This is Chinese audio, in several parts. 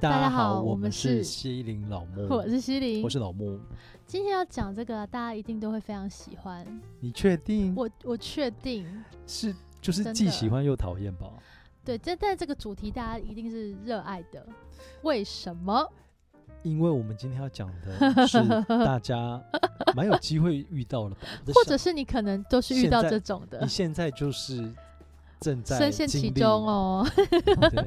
大家家好好，我我们们是是西林老木，我是西林嗯我，是老木，今天要讲这个，大家一定都会非常喜欢。你确定？我我确定，是就是真既的喜欢又讨厌吧？对，这但这个主题大家一定是热爱的。为什么？因为我们今天要讲 的是大家蛮有机会遇到了吧？我在或想者是你可能都是遇现到在这种的你，现在就是正在深陷其经历中。哦。 对，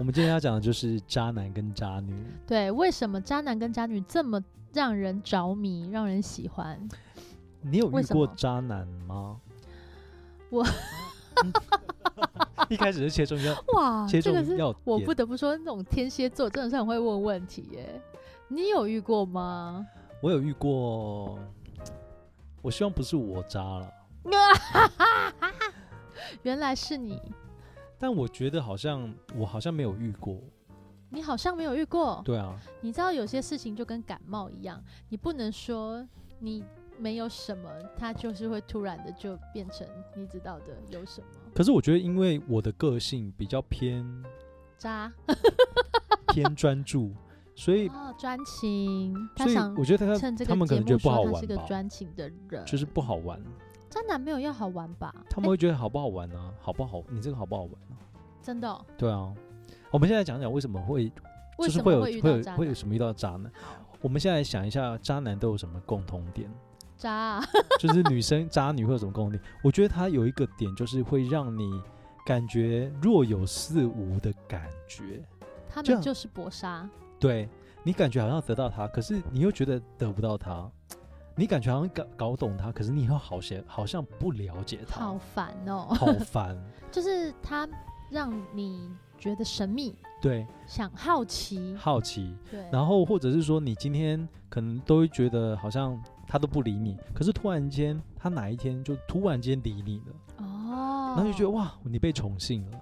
我们今天要讲的就是渣男跟渣女。对，为什么渣男跟渣女这么让人着迷，让人喜欢？你有为遇什过么渣男吗？我 一开始就切中要哇，切哦中这个是要我点不得不说，那种天蝎座真的是很会问问题耶。你有遇过吗？我有遇过，我希望不是我渣了，原来是你，但我觉得好像我好像没有遇过。你好像没有遇过。对啊，你知道有些事情就跟感冒一样，你不能说你没有什么，它就是会突然的就变成你知道的有什么可是我觉得因为我的个性比较 偏渣偏专注，所以哦，专情。他所以想我觉得他趁这个他们可节能觉目得不好说他玩是个吧，专情的人，就是不好玩。渣男没有要好玩吧？他们会觉得好不好玩啊？好不好？你这个好不好玩啊？哎真的哦、对啊，我们现在讲讲为什么会就为什是么会有遇会到有渣会有男？什么遇到渣男？我们现在想一下，渣男都有什么共同点？渣、啊， 就是女生渣女会有什么共同点？我觉得它有一个点，就是会让你感觉若有似无的感觉，他这们样就是搏杀。对你感觉好像得到他，可是你又觉得得不到他，你感觉好像搞搞懂他，可是你又好像好像不了解他好，烦哦、好烦。 就是他让你觉得神秘， 对，想好奇，好奇，对，然后或者是说你今天可能都会觉得好像他都不理你，可是突然间他哪一天就突然间理你了，哦，然后就觉得哇，你被宠幸了，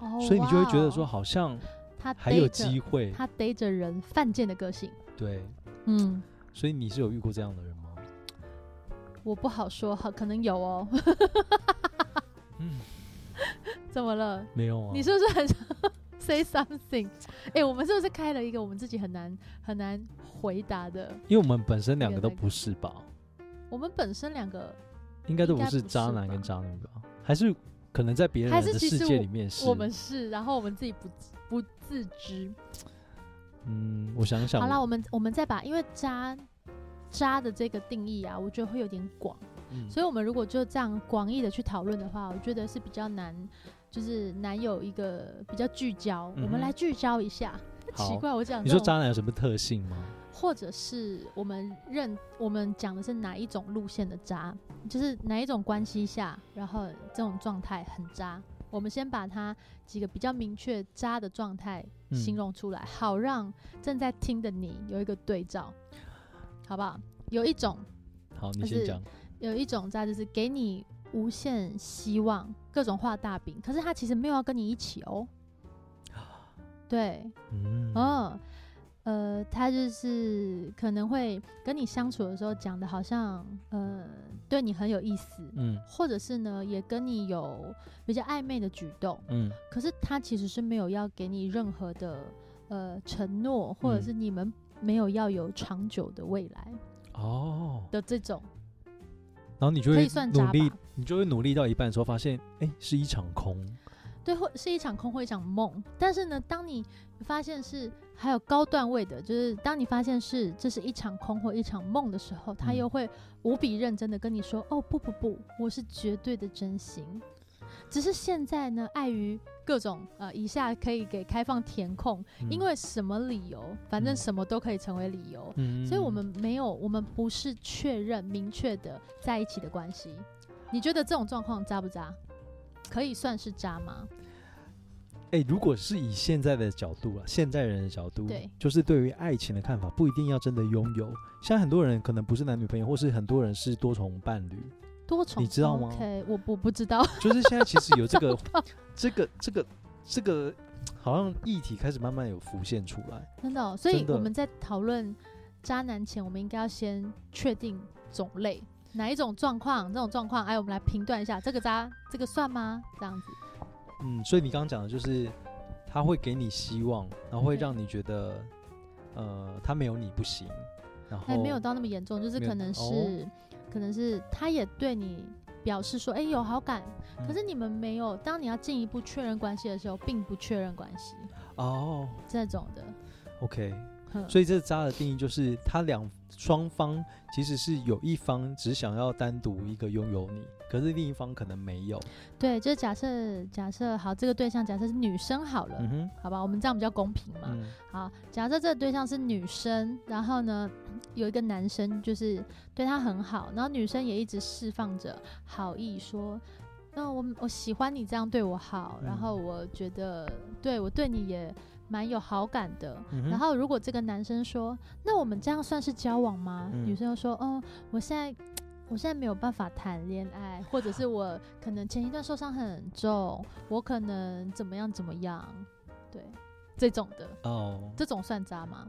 哦，所以你就会觉得哇说哦好像他还有逮着机会，他逮着人犯贱的个性，对，嗯，所以你是有遇过这样的人吗？我不好说，好可能有哦，嗯， 怎么了？没有啊。你是不是很想 say something？哎、我们是不是开了一个我们自己很难很难回答的？因为我们本身两个有都那个不是吧？我们本身两个，应该都应不该是不渣是男吧跟渣女吧？还是可能在别人还是的其世实界里面是？我们是，然后我们自己不自不自知。嗯，我想想，好啦，我们我们再把，因为渣渣的这个定义啊，我觉得会有点广。嗯所以，我们如果就这样广义的去讨论的话，我觉得是比较难，就是难有一个比较聚焦。嗯哼我们来聚焦一下，好奇怪，我讲你这说种，渣男有什么特性吗？或者是我们认我们讲的是哪一种路线的渣，就是哪一种关系下，然后这种状态很渣。我们先把它几个比较明确渣的状态嗯形容出来，好让正在听的你有一个对照，好不好？有一种好，你就先是讲。有一种渣就是给你无限希望，各种画大饼，可是他其实没有要跟你一起哦。对，啊嗯，嗯，呃，他就是可能会跟你相处的时候讲的好像呃对你很有意思，嗯或者是呢也跟你有比较暧昧的举动，嗯可是他其实是没有要给你任何的呃承诺，或者嗯是你们没有要有长久的未来哦，的这种，然后你就可会以算渣努力吧，你就会努力到一半的时候，发现哎，是一场空。对，或是一场空或一场梦。但是呢，当你发现是还有高段位的，就是当你发现是这是一场空或一场梦的时候，他嗯又会无比认真的跟你说：“哦，不不不，我是绝对的真心。”只是现在呢，碍于各种呃，以下可以给开放填空，嗯因为什么理由，反正嗯什么都可以成为理由。嗯所以我们没有，我们不是确认明确的在一起的关系。你觉得这种状况渣不渣？可以算是渣吗？哎、如果是以现在的角度啊，现代人的角度，对就是对于爱情的看法，不一定要真的拥有。像很多人可能不是男女朋友，或是很多人是多重伴侣，多重，你知道吗 o k 我我不知道，就是现在其实有这 个这个这个这个，好像议题开始慢慢有浮现出来。真的哦、所以真的我们在讨论渣男前，我们应该要先确定种类，哪一种状况，这种状况，哎，我们来评断一下，这个渣，这个算吗？这样子，嗯，所以你刚刚讲的就是他会给你希望，然后会对让你觉得，呃，他没有你不行，然后还哎没有到那么严重，就是哦没有可能哦是、可能是他也对你表示说，哎、有好感，可嗯是你们没有。当你要进一步确认关系的时候，并不确认关系哦这种的。 ，OK，哼所以这渣的定义就是他两双方其实是有一方只想要单独一个拥有你，可是另一方可能没有，对，就是假设假设好，这个对象假设是女生好了，嗯哼，好吧，我们这样比较公平嘛。嗯好，假设这个对象是女生，然后呢，有一个男生就是对她很好，然后女生也一直释放着好意，说，那、我我喜欢你这样对我好，然嗯后我觉得对我对你也蛮有好感的。嗯哼然后，如果这个男生说：“那我们这样算是交往吗？”嗯女生又说：“哦，我现在我现在没有办法谈恋爱，或者是 我可能前一段受伤很重，我可能怎么样怎么样，对，这种的，哦，这种算渣吗？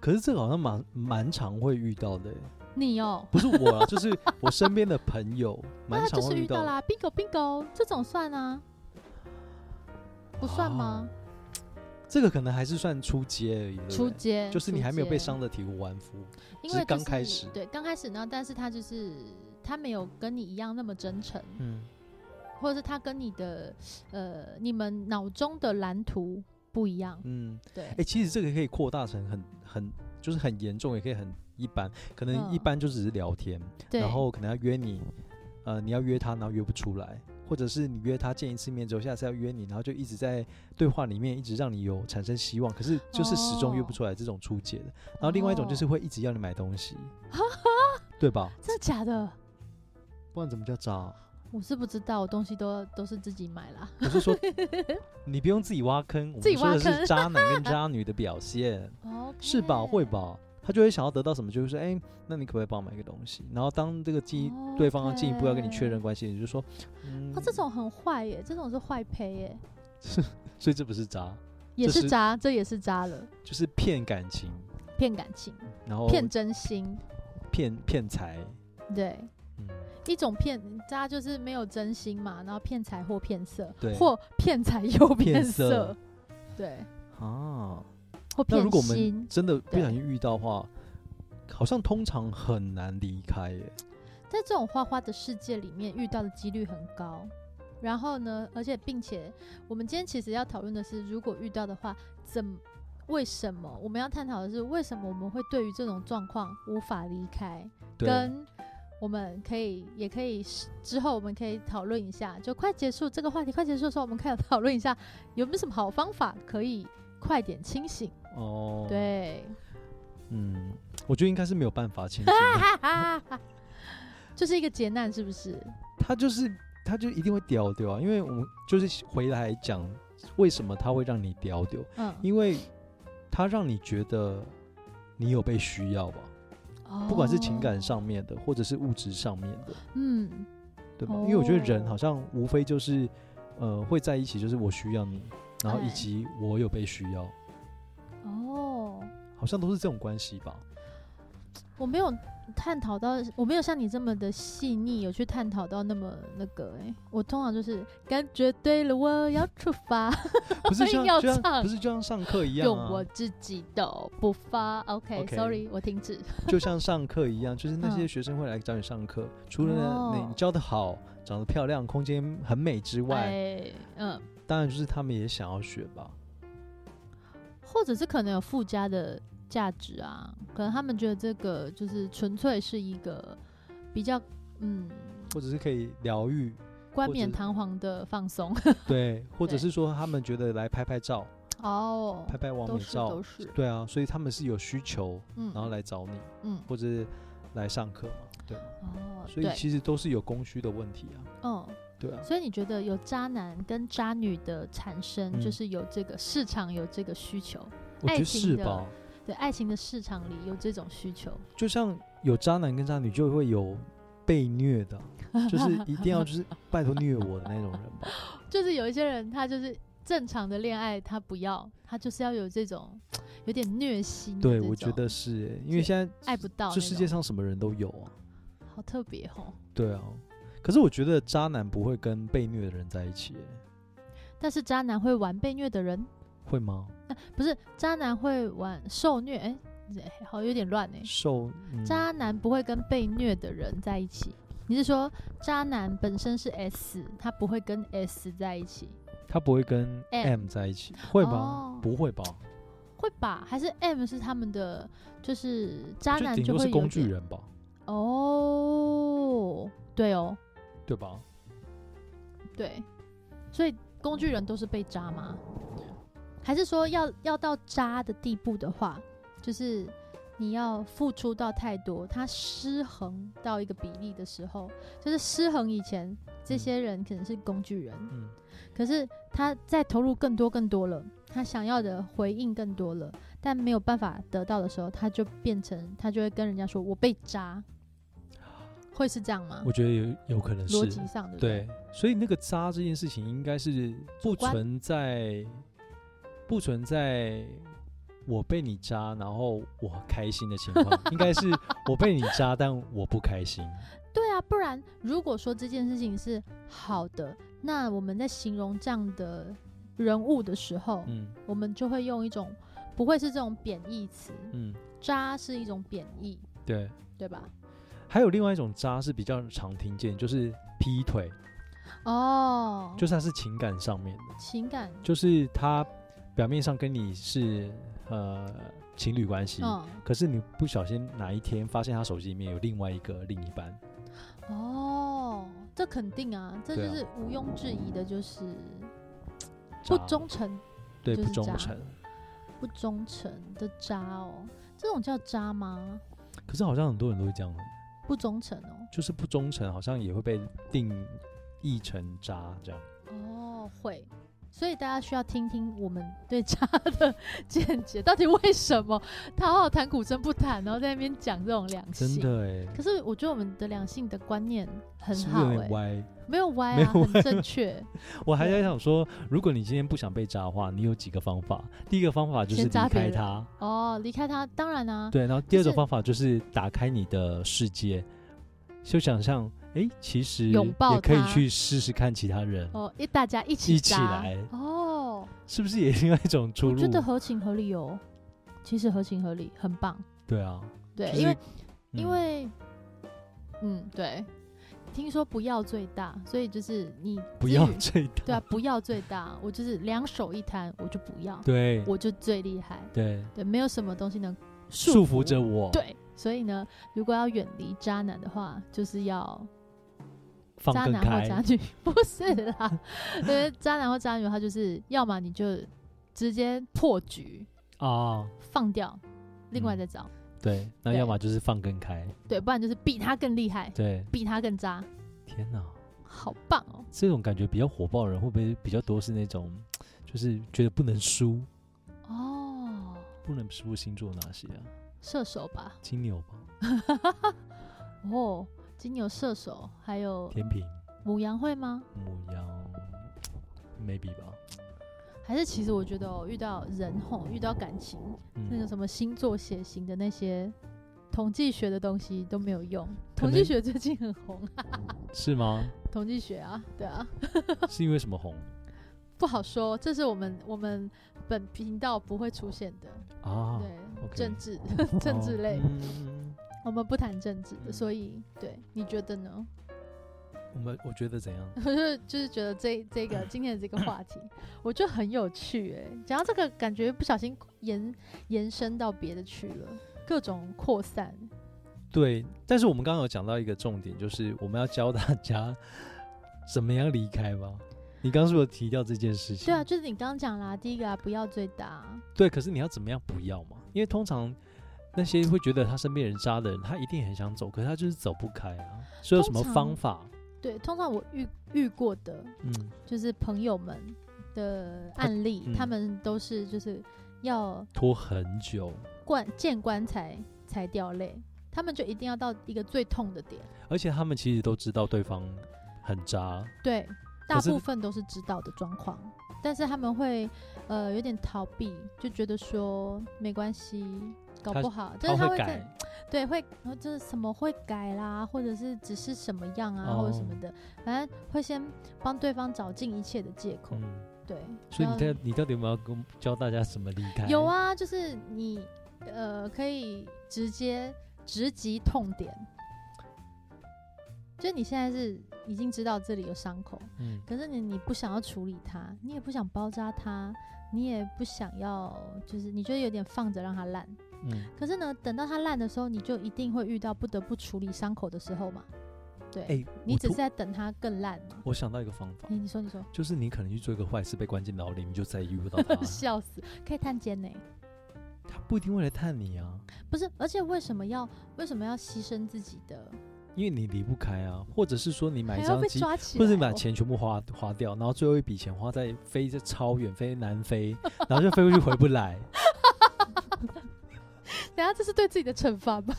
可是这个好像蛮蛮常会遇到的耶，你哦，不是我 啊，就是我身边的朋友蛮那常就是会遇到到的，啦，bingo bingo，这种算啊，不算吗？这个可能还是算初阶啊而已，对不出对街就是你还没有被出街伤得体无完肤，因只是为就刚开是始对，刚开始呢，但是他就是他没有跟你一样那么真诚。嗯，或者是他跟你的呃，你们脑中的蓝图不一样，嗯，对哎、，其实这个可以扩大成很很，就是很严重，也可以很一般，可能一嗯般就只是聊天，对，然后可能要约你，呃，你要约他，然后约不出来，或者是你约他见一次面之后，下次要约你，然后就一直在对话里面一直让你有产生希望，可是就是始终约不哦出来这种出界的。然后另外一种就是哦会一直要你买东 西，对吧？真的假的？不然怎么叫渣啊？我是不知道，我东西都都是自己买啦。我是说，你不用自己挖坑，我自己们说挖的是坑渣男 跟渣女的表现。哦，是吧？会？吧？他就会想要得到什么，就是哎、那你可不可以帮我买个东西？然后当这个进对方要进一步要跟你确认关系，你就说，嗯，哦他、这，种很坏耶，这种是坏胚耶，所以这不是渣，也这是是渣，这也是渣了，就是骗感情，骗感情，然后骗真心，骗骗财，对。嗯，一种骗渣就是没有真心嘛，然后骗财或骗色对，或骗财又骗骗色色，对，啊。或那如哦骗果我心们。真的不对小心遇到的话，好像通常很难离开耶。在这种花花的世界里面遇到的几率很高。然后呢，而且并且，我们今天其实要讨论的是，如果遇到的话，怎么为什么我们要探讨的是为什么我们会对于这种状况无法离开，对，跟我们可以也可以是之后我们可以讨论一下，就快结束这个话题快结束的时候，我们可以讨论一下有没有什么好方法可以快点清醒。哦，，对，嗯，我觉得应该是没有办法清醒的， 哈哈哈，就是一个劫难，是不是？他就是他就一定会屌丢啊，因为我们就是回来讲，为什么他会让你屌丢？嗯，因为它让你觉得你有被需要吧，不管是情感哦上面的，或者是物质上面的，嗯，对吧？因为我觉得人哦好像无非就是，呃，会在一起就是我需要你，然后以哎及我有被需要，哦，好像都是这种关系 吧。我没有探讨到，我没有像你这么的细腻，有去探讨到那么那个、欸。我通常就是感觉对了，我要出发，不是像硬要就像唱不是就像上课一样用我 啊，自己的步伐。 OK OK，Sorry，、我停止。就像上课一样，就是那些嗯学生会来找你上课，除了你哦你教的好、长得漂亮、空间很美之外，哎，嗯，当然就是他们也想要学吧。或者是可能有附加的价值啊，可能他们觉得这个就是纯粹是一个比较嗯或者是可以疗愈，冠或冕者堂皇的放 松。对，或者对是说他们觉得来拍拍照，哦，拍拍完都美是照都，是，对啊，所以他们是有需求，嗯，然后来找你，嗯或者是来上课嘛，对吗哦，所以对，其实都是有供需的问题啊，嗯。对啊，所以你觉得有渣男跟渣女的产生，嗯就是有这个市场有这个需求，我觉得爱情是的吧？对爱情的市场里有这种需求，就像有渣男跟渣女，就会有被虐 的，就是一定要就是拜托虐我的那种人吧， 就是有一些人他就是正常的恋爱他不要，他就是要有这种有点虐心的对，这我觉种得是欸，因为是现在爱不到这那世界种上什么人都有啊，好特别哦。对啊，可是我觉得渣男不会跟被虐的人在一起欸，但是渣男会玩被虐的人，呃会吗？不是渣男会玩受虐，哎、哎好有点乱哎、受、嗯、渣男不会跟被虐的人在一起。你是说渣男本身是 S，他不会跟 S 在一起，他不会跟 M M 在一起，会吗哦？不会吧？会吧？还是 M 是他们的，就是渣就男顶就多会是有工具点人吧，哦，对哦，对吧？对，所以工具人都是被渣吗？还是说要要到渣的地步的话，就是你要付出到太多，它失衡到一个比例的时候，就是失衡以前，这些人可能是工具人，嗯，可是他在投入更多更多了，他想要的回应更多了，但没有办法得到的时候，他就变成他就会跟人家说我被渣，会是这样吗？我觉得有有可能嗯逻是辑上对不对，所以那个渣这件事情应该是不观存在，不存在我被你渣，然后我开心的情 况，应该是我被你渣，但我不开心。对啊，不然如果说这件事情是好的，那我们在形容这样的人物的时候，嗯我们就会用一种不会是这种贬义词，嗯，渣是一种贬义，对。对吧？还有另外一种渣是比较常听见，就是劈腿，哦，就是它是情感上面的，情感，就是他表面上跟你是呃情侣关系，嗯，可是你不小心哪一天发现他手机里面有另外一个另一半，哦，这肯定啊，这就对啊是毋庸置疑的，就是渣不忠诚，对就不是忠渣诚。不忠诚的渣哦，这种叫渣吗？可是好像很多人都会这样，不忠诚哦，就是不忠诚，好像也会被定义成渣这样。哦，会。所以大家需要听听我们对渣的见解，到底为什么讨好谈古筝不谈，然后在那边讲这种良真性。的哎、可是我觉得我们的两性的观念很是不是好有哎、点歪？没有歪没啊，有很 正确。我还在对想说，如果你今天不想被渣的话，你有几个方法？第一个方法就是先离渣别开人他，哦，离开他当然啊，对。然后第二就个是方法就是打开你的世界，就想象，哎、其实拥抱也可以他去试试看其他人，哦，一大家一起一起渣来哦，是不是也另外一种出我路？觉得合情合理哦，其实合情合理，很棒。对啊，对，就是因为嗯因为，嗯，对，听说不要最大，所以就是你不之要余最大，对啊，不要最大，我就是两手一摊，我就不要，对我就最厉害，对，对，没有什么东西能束缚着我，对，所以呢，如果要远离渣男的话，就是要放渣更男或开，渣女，不是啦，因为渣男或渣女的话，就是要么你就直接破局啊，放掉，另外嗯再找，对，那哦对要么就是放更开，对，不然就是比他更厉害，对，比他更渣，天哪，好棒哦。这种感觉比较火爆的人会不会比较多是那种，就是觉得不能输，哦，不能输星座哪些啊？射手吧， 金牛吧，哦，金牛、射手，还有天平、母羊会吗？母羊，maybe 吧，还是其实我觉得哦，遇到人吼，遇到感情，那个嗯，什么星座、血型的那些统计学的东西都没有用。可统能计学最近很红啊，是 吗？统计学啊，对啊，是因为什么红不好说，这是我们我们本频道不会出现的，啊？对 OK 政治 政治类哦，嗯我们不谈政治的，嗯所以对，你觉得呢？我们我觉得怎样？我 就就是觉得这这个今天的这个话题，我觉得很有趣哎、讲到这个，感觉不小心延延伸到别的去了，各种扩散。对，但是我们刚刚有讲到一个重点，就是我们要教大家 怎么样离开吧。你刚刚是不是有提到这件事情？对啊，就是你刚刚讲啦，第一个啊，不要最大，对，可是你要怎么样不要嘛？因为通常那些会觉得他身边人渣的人，他一定很想走，可是他就是走不开啊。所以有什么通常方法？对，通常我遇遇过的嗯，就是朋友们的案例，嗯他们都是就是要拖很久，棺见棺材才掉泪，他们就一定要到一个最痛的点，而且他们其实都知道对方很渣，对，大可是部分都是知道的状况，但是他们会呃有点逃避，就觉得说没关系，搞他不好，但他是他会会改在。对，会，然后就是什么会改啦，或者是只是什么样啊，或者什么哦的，反正会先帮对方找尽一切的借口。嗯，对，所以然你后到你到底有没有跟教大家怎么离开？有，啊，就是你呃可以直接直击痛点，就是你现在是已经知道这里有伤口，嗯，可是你你不想要处理它，你也不想包扎它，你也不想要，就是你觉得有点放着让它烂。嗯，可是呢，等到它烂的时候，你就一定会遇到不得不处理伤口的时候嘛。对，哎，你我只突是嗯在等它更烂嘛。我想到一个方法你，你说 你说，就是你可能去做一个坏事，被关进牢里，你就再也遇不到他了，笑死，可以探监呢。他不一定为了探你啊，不是，而且为什么要为什么要牺牲自己的？因为你离不开啊，或者是说你买还一要张被机，抓起来、或哦？者你把钱全部花花掉，然后最后一笔钱花在飞这超远，飞南 非，然后就飞过去回不来，等下这是对自己的惩罚吧？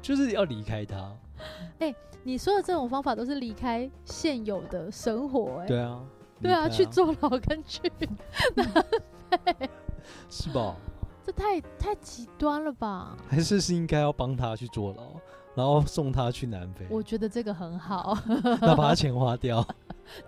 就是要离开他。 你说的这种方法都是离开现有的生活、哎，对啊，对啊，离开去坐牢跟去是吧？这太太极端了吧？还是是应该要帮他去坐牢，然后送他去南非， 我觉得这个很好， 那把他钱花掉，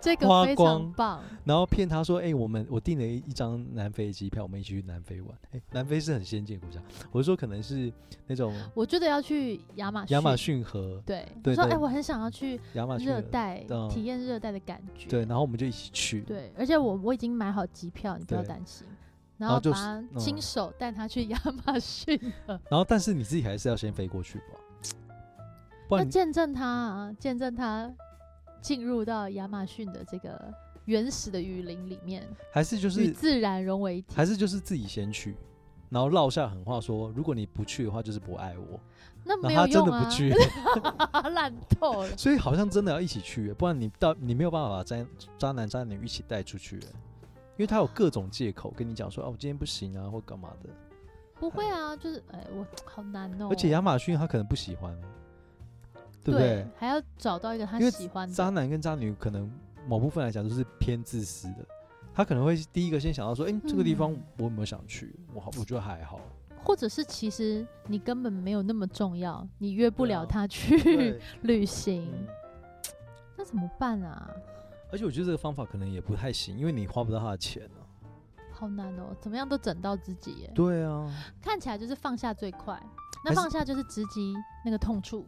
这个花非常光棒。然后骗他说：“哎、我们我订了一一张南非的机票，我们一起去南非玩。哎，南非是很先进的国家，我是说可能是那种我觉得要去亚马逊，亚马逊河，对，对我说哎、对我很想要去亚马逊热河带，嗯体验热带的感觉。对，然后我们就一起去，对而且我我已经买好机票，你不要对担心。然然后后就把是它嗯亲手带他去亚马逊河，然后但是你自己还是要先飞过去吧，不要然你见证他啊，见证他进入到亚马逊的这个原始的雨林里面，还是就与是自然融为一体。还是就是自己先去。”然后落下狠话说：“如果你不去的话，就是不爱我。那”然没后有他真用的啊不，去， 烂透了。 所以好像真的要一起去，不然你到你没有办法把渣渣男渣女一起带出去，因为他有各种借口跟你讲说：“哦、我今天不行啊，或干嘛的。”不会啊，就是哎、我好难哦、而且亚马逊他可能不喜欢，对对不对？还要找到一个他因为喜欢渣的，男跟渣女可能某部分来讲都是偏自私的，他可能会第一个先想到说，哎、这个地方嗯我有没有想去？我好，我觉得还 好。或者是其实你根本没有那么重要，你约不对啊了他去对， 旅行，嗯，那怎么办啊？而且我觉得这个方法可能也不太行，因为你花不到他的钱啊。好难哦、怎么样都整到自己耶，对啊，看起来就是放下最快，还那是放下就是直击那个痛处，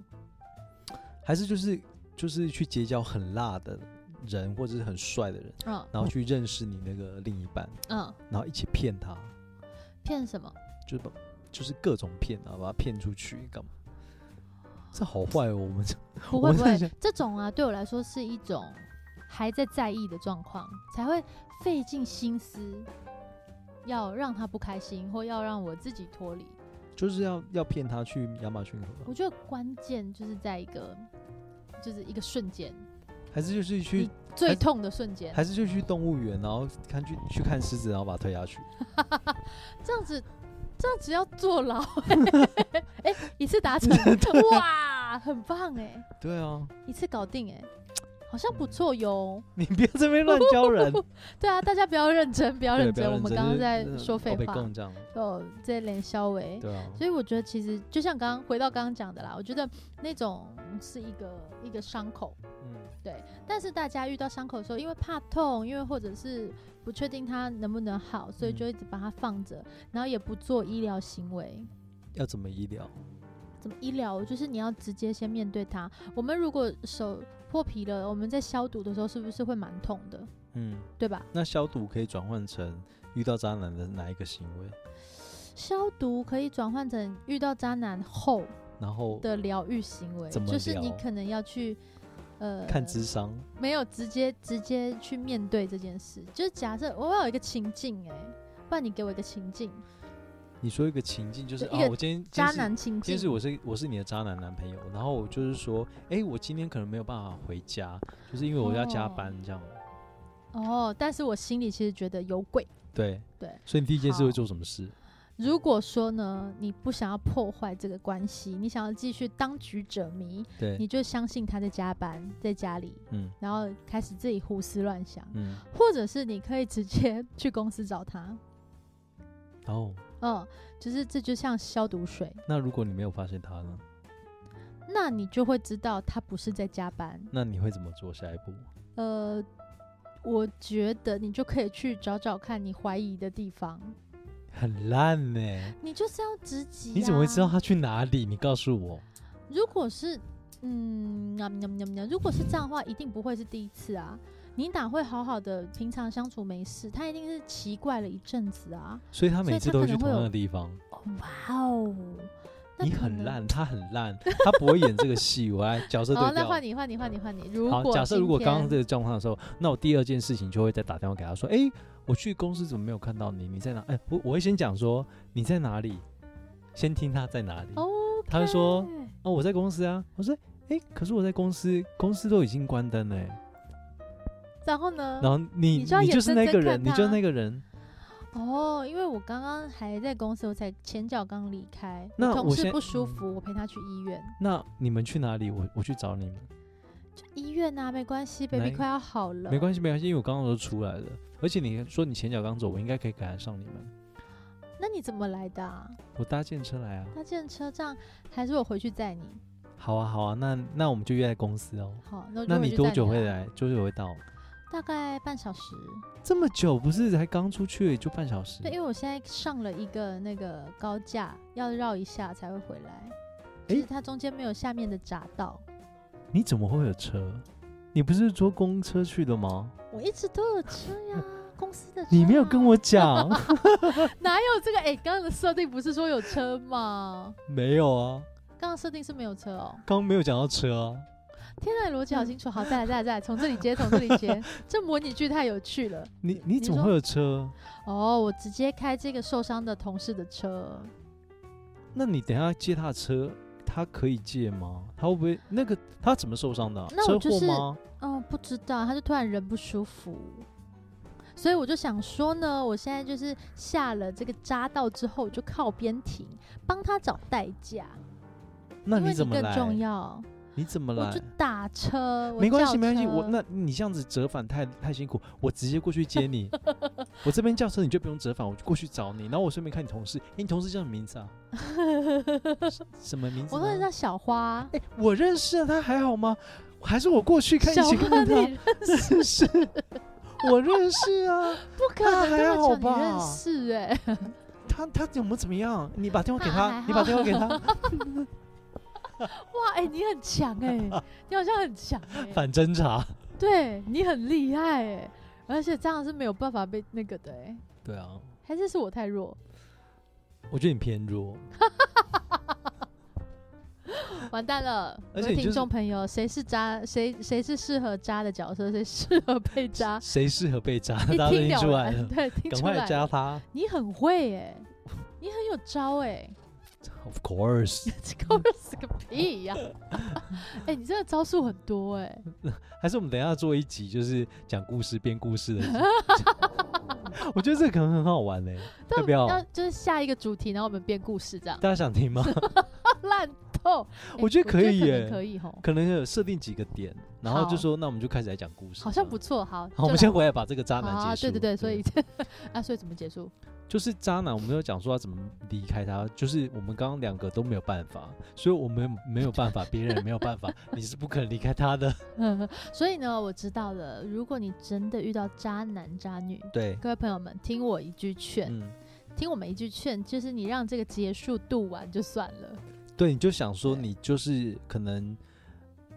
还是就是就是去结交很辣的人或者是很帅的人，嗯然后去认识你那个另一半，嗯，然后一起骗他，骗什么？就是把就是各种骗啊，把他骗出去干嘛？这好坏哦，我们这不 我会不在会想，这种啊对我来说是一种还在在意的状况，才会费尽心思要让他不开心，或要让我自己脱离。哦就是要要骗他去亚马逊河啊吧，我觉得关键就是在一个，就是一个瞬间，还是就是去你最痛的瞬间。还是就去动物园，然后看去去看狮子，然后把它推下去。这样子，这样子要坐 牢、欸，哎、一次达成，哇，很棒哎、对啊，一次搞定哎、好像不错哟。 你不要这边 乱教人，对啊，大家不要认真，不要对认不要真，我们刚刚在就是呃说废我被话，供这样，哦，这脸消维。对啊，所以我觉得其实就像刚刚回到刚刚讲的啦，我觉得那种是一个一个伤口，嗯，但是大家遇到伤口的时候，因为怕痛，因为或者是不确定它能不能好，所以嗯就一直把它放着，然后也不做医疗行为。要怎么医疗？怎么医疗？就是你要直接先面对它。我们如果手破皮了，我们在消毒的时候是不是会蛮痛的，嗯，对吧？那消毒可以转换成遇到渣男的哪一个行为？消毒可以转换成遇到渣男后然后的疗愈行为，怎么就是疗你可能要去呃看智商，没有直接直接去面对这件事。就是假设我要有一个情境、欸，不然你给我一个情境，你说一个情境就是对啊一，个我今天渣，今天是男情今境天是。我是我是你的渣男男朋友，然后我就是说，哎、我今天可能没有办法回家，就是因为我要加哦班这样。哦，但是我心里其实觉得有鬼。对对，所以你第一件事好会做什么事？如果说呢，你不想要破坏这个关系，你想要继续当局者迷，你对，就相信他在加班，在家里，嗯然后开始自己胡思乱想，嗯，或者是你可以直接去公司找他。然后嗯，就是这就像消毒水，那如果你没有发现他呢，那你就会知道他不是在加班。那你会怎么做下一步？呃，我觉得你就可以去找找看你怀疑的地方，很烂呢、你就是要直击、啊你怎么会知道？他去哪里？你告诉我。如果是嗯，喵喵喵喵如果是这样的话，一定不会是第一次啊。你哪会好好的平常相处没事？他一定是奇怪了一阵子啊。所以他所每以次他都可会去能同会样有的地方。哦哇哦，那你可很能烂，他很烂，他不会演这个戏。我来角色对好，调。嗯那换你，换你，换你，换你。如好，果假设如今果刚刚天这个状况的时候，那我第二件事情就会再打电话给他说：“哎、我去公司怎么没有看到你？你在哪？”哎、我我会先讲说你在哪里，先听他在哪里。哦，哦，他就说我在公司啊。我说：“哎、可是我在公司，公司都已经关灯了、欸。然后呢？然后你你就要眼就是那睁个睁人，看你就是他那个人。哦，因为我刚刚还在公司，我才前脚刚离开，我那同我事先嗯不舒服，我陪他去医院，那你们去哪里？我我去找你们。就医院啊，没关系哪，baby 一快要好了，没关系，没关系，因为我刚刚都出来了。而且你说你前脚刚走，我应该可以赶得上你们。系。那你怎么来的、啊？我搭建车来啊。搭建车这样，还是我回去载你？好啊，好啊，那那我们就约在公司哦。好，那我就那回你去多载久你会啊？来？多久会到？大概半小时。这么久不是才刚出去就半小时？对，因为我现在上了一个那个高架，要绕一下才会回来。就是诶它中间没有下面的匝道，你怎么会有车？你不是坐公车去的吗？我一直都有车 呀，公司的车、啊。你没有跟我 讲，哪有这个？哎、刚刚的设定不是说有车吗？没有啊，刚刚设定是没有车哦。刚没有讲到车啊。天呐，逻辑嗯好清楚。好，再来，再来，再来，从这里接，从这里 接。这模拟剧太有趣了。你你怎么说会有车？哦，我直接开这个受伤的同事的车。那你等一下借他的车，他可以借吗？他会不会那个他怎么受伤的啊、那车我就祸是吗？哦，不知道，他就突然人不舒服，所以我就想说呢，我现在就是下了这个匝道之后，我就靠边停，帮他找代驾，那因为你怎么更重来？要。你怎么我来就？打车，我没关叫系，没关系，我车那你这样子折返太太辛苦，我直接过去接 你。我这边叫车，你就不用折返，我就过去找你。然后我顺便看你同事，诶你同事叫什么名字啊？什么名字我呢？说人家小花，诶我认识啊，他还好吗？还是我过去看一小起看花看你 他？认真是，我认识啊，不可能还这好么久你认吧识哎、他他怎么怎么样？你把电话给他还他，你把电话给 他，哇哎、你很强 哎、你好像很强哎、反侦查。对你很厉害哎、而且这样是没有办法被那个的哎、对啊，还是是我太弱，我觉得你偏弱。完蛋了！而且各位你就听是，众朋友，谁是渣，谁谁是适合渣的角色，谁适合被渣谁适合 被渣？一大家都听听出来然，了， 对，听赶出来快加了。他。你很会哎、你很有招哎、 Of course，这个是个 屁呀、哎、你真的招数很多哎、还是我们等一下做一集，就是讲故事编故事的集。 我觉得这个可能很好玩欸嘞、要不要？要就是下一个主题，然后我们编故事这样， 大家想 听吗？烂透。哎我觉得可以可耶能可以吼，可能有设定几个点，然后好就说那我们就开始来讲故事。好像不。错。好，好，我们就先来回来把这个渣男好结啊束。对对对，所以 啊，所以怎么结束？ 就是渣男，我们有讲说要怎么离开他，就是我们刚刚两个都没有办法，所以我们没有办法，别人也没有办法， 你是不可能离开他的。所以呢，我知道了。如果你真的遇到渣男渣女，对，各位朋友们，听我一句劝，嗯，听我们一句劝，就是你让这个结束度完就算了。对，你就想说对你就是可能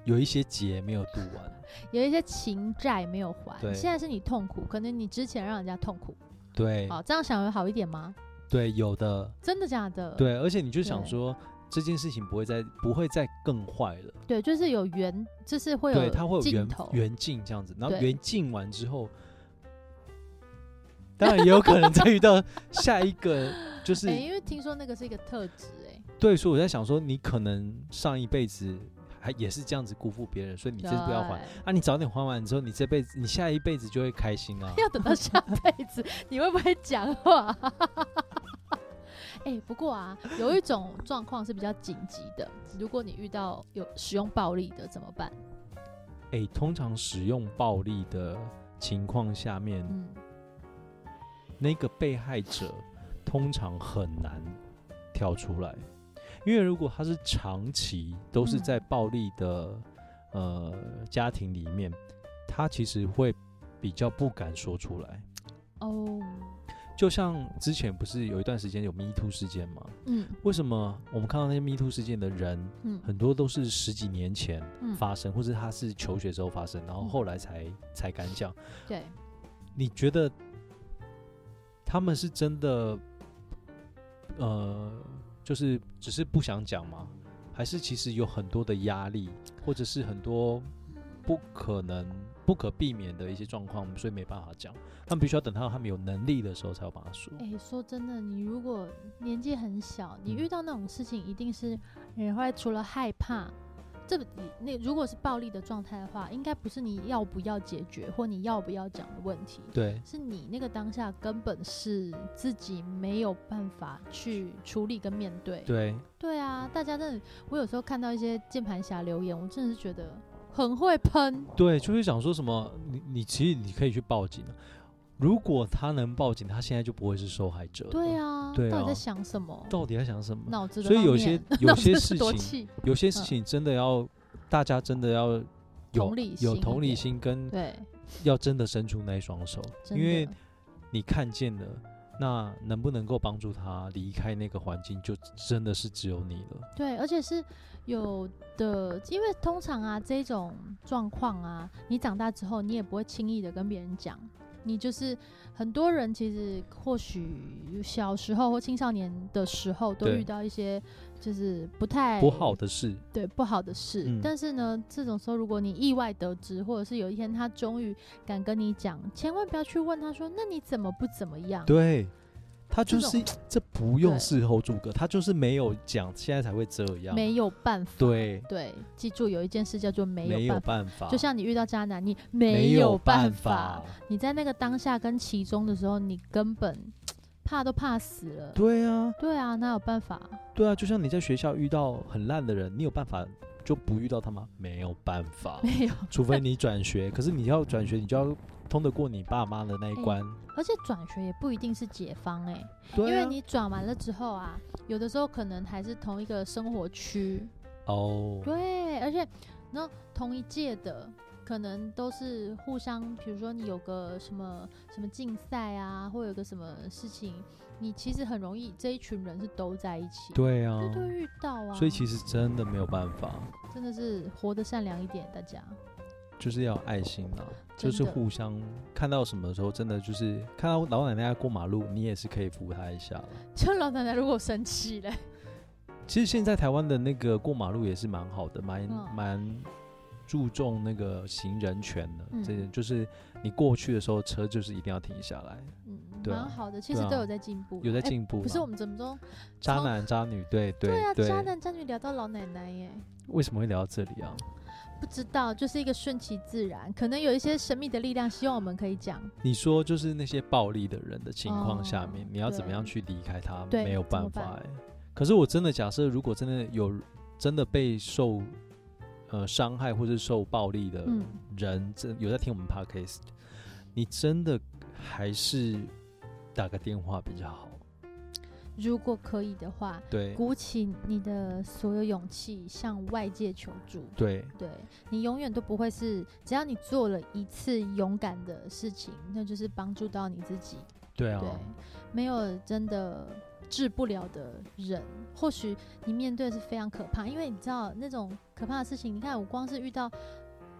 有一些结没有渡完，有一些情债没有还，对现在是你痛苦，可能你之前让人家痛苦。对好，这样想会好一点吗？对，有的，真的假的？对，而且你就想呃对说这件事情不会再不会再更坏了，对就是有缘，就是会对，它会有有尽缘头。缘尽这样子，然后对缘尽完之后，当然也有可能再遇到下一个， 就是哎、因为听说那个是一个特质、哎，对，所以我在想说，你可能上一辈子还也是这样子辜负别人，所以你这次不要还对。啊！你早点还完之后，你这辈子你下一辈子就会开心啊 要等到下辈子，你会不会讲话？ 哎、不过啊，有一种状况是比较紧急的，如果你遇到有使用暴力的怎么办？哎、通常使用暴力的情况下面，嗯，那个被害者通常很难跳出来，因为如果他是长期都是嗯在暴力的、呃家庭里面，他其实会比较不敢说出来。哦，就像之前不是有一段时间有 Me Too 事件吗？嗯为什么我们看到那些 Me Too 事件的人，嗯很多都是十几年前嗯，发生，或者他是求学时候发生，然后后来才才敢讲？对，你觉得他们是真的，呃，就是只是不想讲吗？还是其实有很多的压力，或者是很多不可能、不可避免的一些状况，所以没办法讲？他们必须要等到他们有能力的时候才有办法说。哎、说真的，你如果年纪很小，你遇到那种事情，一定是你会除了害怕，这个你那如果是暴力的状态的话，应该不是你要不要解决或你要不要讲的问题，对，是你那个当下根本是自己没有办法去处理跟面对。对，对啊，大家真的，我有时候看到一些键盘侠留言，我真的是觉得很会喷。对，就会想说什么，你你其实你可以去报警、啊。如果他能报警，他现在就不会是受害者。对，啊，对啊到底在想什么？到底在想什么？脑子的所以方有些面有脑些子事多情，气有些事情真的要大家真的要有嗯同理有心一同理点心，跟对，要真的伸出那一双手，真因为的你看见了，那能不能够帮助他离开那个环境，就真的是只有你了。对，而且是有的，因为通常啊这种状况啊，你长大之后你也不会轻易的跟别人讲，你就是很多人其实或许小时候或青少年的时候都对遇到一些就是不太不好的事，对不好的事，嗯但是呢，这种时候如果你意外得知，或者是有一天他终于敢跟你讲，千万不要去问他说，那你怎么不怎么样？对，他这就种是这不用对事后诸葛，他就是没有讲，现在才会这样。没有办法。对，对记住有一件事叫做没没有办有法。办法，就像你遇到渣男，你没没有办法法，。你在那个当下跟其中的时候，你根本怕都怕死了。对啊，对啊，哪有办法？对啊，就像你在学校遇到很烂的人，你有办法就不遇到他吗？没有办法，没有，除非你转学。可是你要转学，你就要通得过你爸妈的那一哎关。而且转学也不一定是解放哎、因对为啊，你转完了之后啊，有的时候可能还是同一个生活区，哦，对，而且然后同一届的可能都是互相，比如说你有个什么什么竞赛啊，或有个什么事情，你其实很容易这一群人是都在一起，对啊，就都遇到啊，所以其实真的没有办法，真的是活得善良一点，大家就是要有爱心啊，就是真的互相看到什么的时候，真的就是看到老奶奶过马路，你也是可以扶她一下了。就老奶奶如果生气 嘞，其实现在台湾的那个过马路也是蛮好的，蛮嗯蛮注重那个行人权的。嗯这就是你过去的时候，车就是一定要停下来。嗯，对蛮、啊好的，其对实啊都有在进步啦，有在哎进步啦不是我们怎么中渣从男渣女，对对对啊，渣男渣女聊到老奶奶耶。为什么会聊到这里啊？不知道，就是一个顺其自然，可能有一些神秘的力量，希望我们可以讲。你说就是那些暴力的人的情况下面，哦你要怎么对样去离开他？对没有怎办么法办哎、可是我真的假设，如果真的有真的被受呃伤害或是受暴力的嗯人，真有在听我们 podcast，你真的还是打个电话比较好。如果可以的话，对鼓起你的所有勇气向外界求助。对对你永远都不会是，只要你做了一次勇敢的事情，那就是帮助到你自己。对啊对，没有真的治不了的人，或许你面对是非常可怕，因为你知道那种可怕的事情。你看，我光是遇到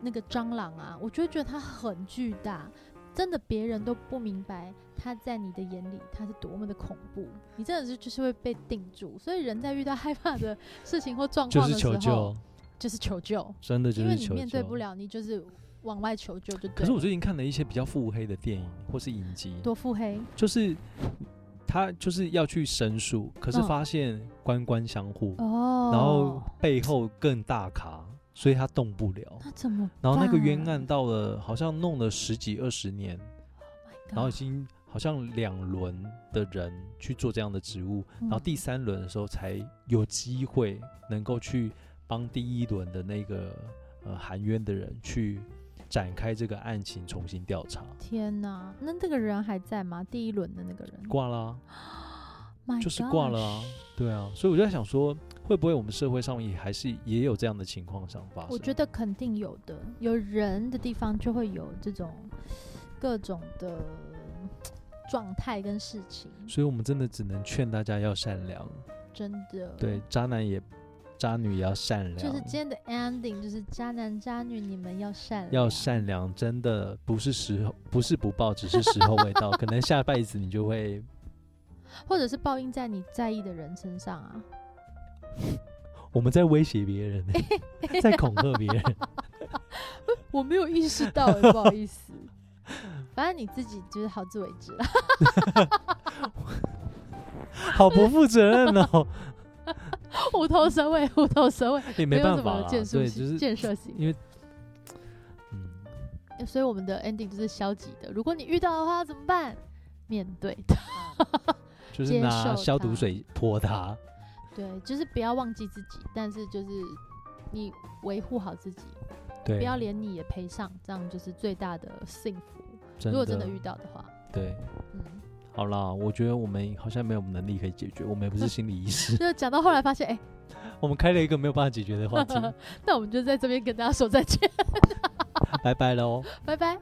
那个蟑螂啊，我就会觉得它很巨大，真的别人都不明白它在你的眼里它是多么的恐怖。你真的是就是会被定住，所以人在遇到害怕的事情或状就况是的时候，求救，就是求救，真的就因为是你求面对救。不了，你就是往外求救就对了。可是我最近看了一些比较腹黑的电影或是影集，多腹黑，就是他就是要去申诉，可是嗯发现官官相护，哦，然后背后更大咖，所以他动不了。那怎么办？啊然后那个冤案到了，好像弄了十几二十年，啊 My 然后已 God 经好像两轮的人去做这样的职务，然后嗯第三轮的时候才有机会能够去帮第一轮的那个呃含冤的人去展开这个案情重新调查，天呐，那这个人还在吗？第一轮的那个人挂啦、 My 就是挂了啊 gosh，对啊，所以我就在想说，会不会我们社会上面也还是也有这样的情况上发生？我觉得肯定有的，有人的地方就会有这种各种的状态跟事情，所以我们真的只能劝大家要善良，真的对，啊渣男也渣女也要善良，就是今天的 ending，就是渣男渣女，你们要善良，要善良，真的不是时候，不是不报，只是时候未到。可能下辈子你就会，或者是报应在你在意的人身上啊。我们在威胁别人，欸在恐吓别 人。我没有意识到、欸，不好 意思。反正你自己就是好自为之啦。好不负责任哦，虎头蛇尾，虎头蛇尾，也没没有办什法么啦，建设对，性、就是建设性。因为，嗯，所以我们的 ending 就是消极的。如果你遇到的话要怎么办？面对它，就是接拿受消毒它水泼他，对，就是不要忘记自己，但是就是你维护好自己，对，不要连你也赔上，这样就是最大的幸福。真如果真的遇到的话，对，嗯， 好啦，我觉得我们好像没有能力可以解决，我们也不是心理医师， 就讲到后来发现，哎、我们开了一个没有办法解 决的话题，那我们就在这边跟大家说再见，拜拜喽。拜拜。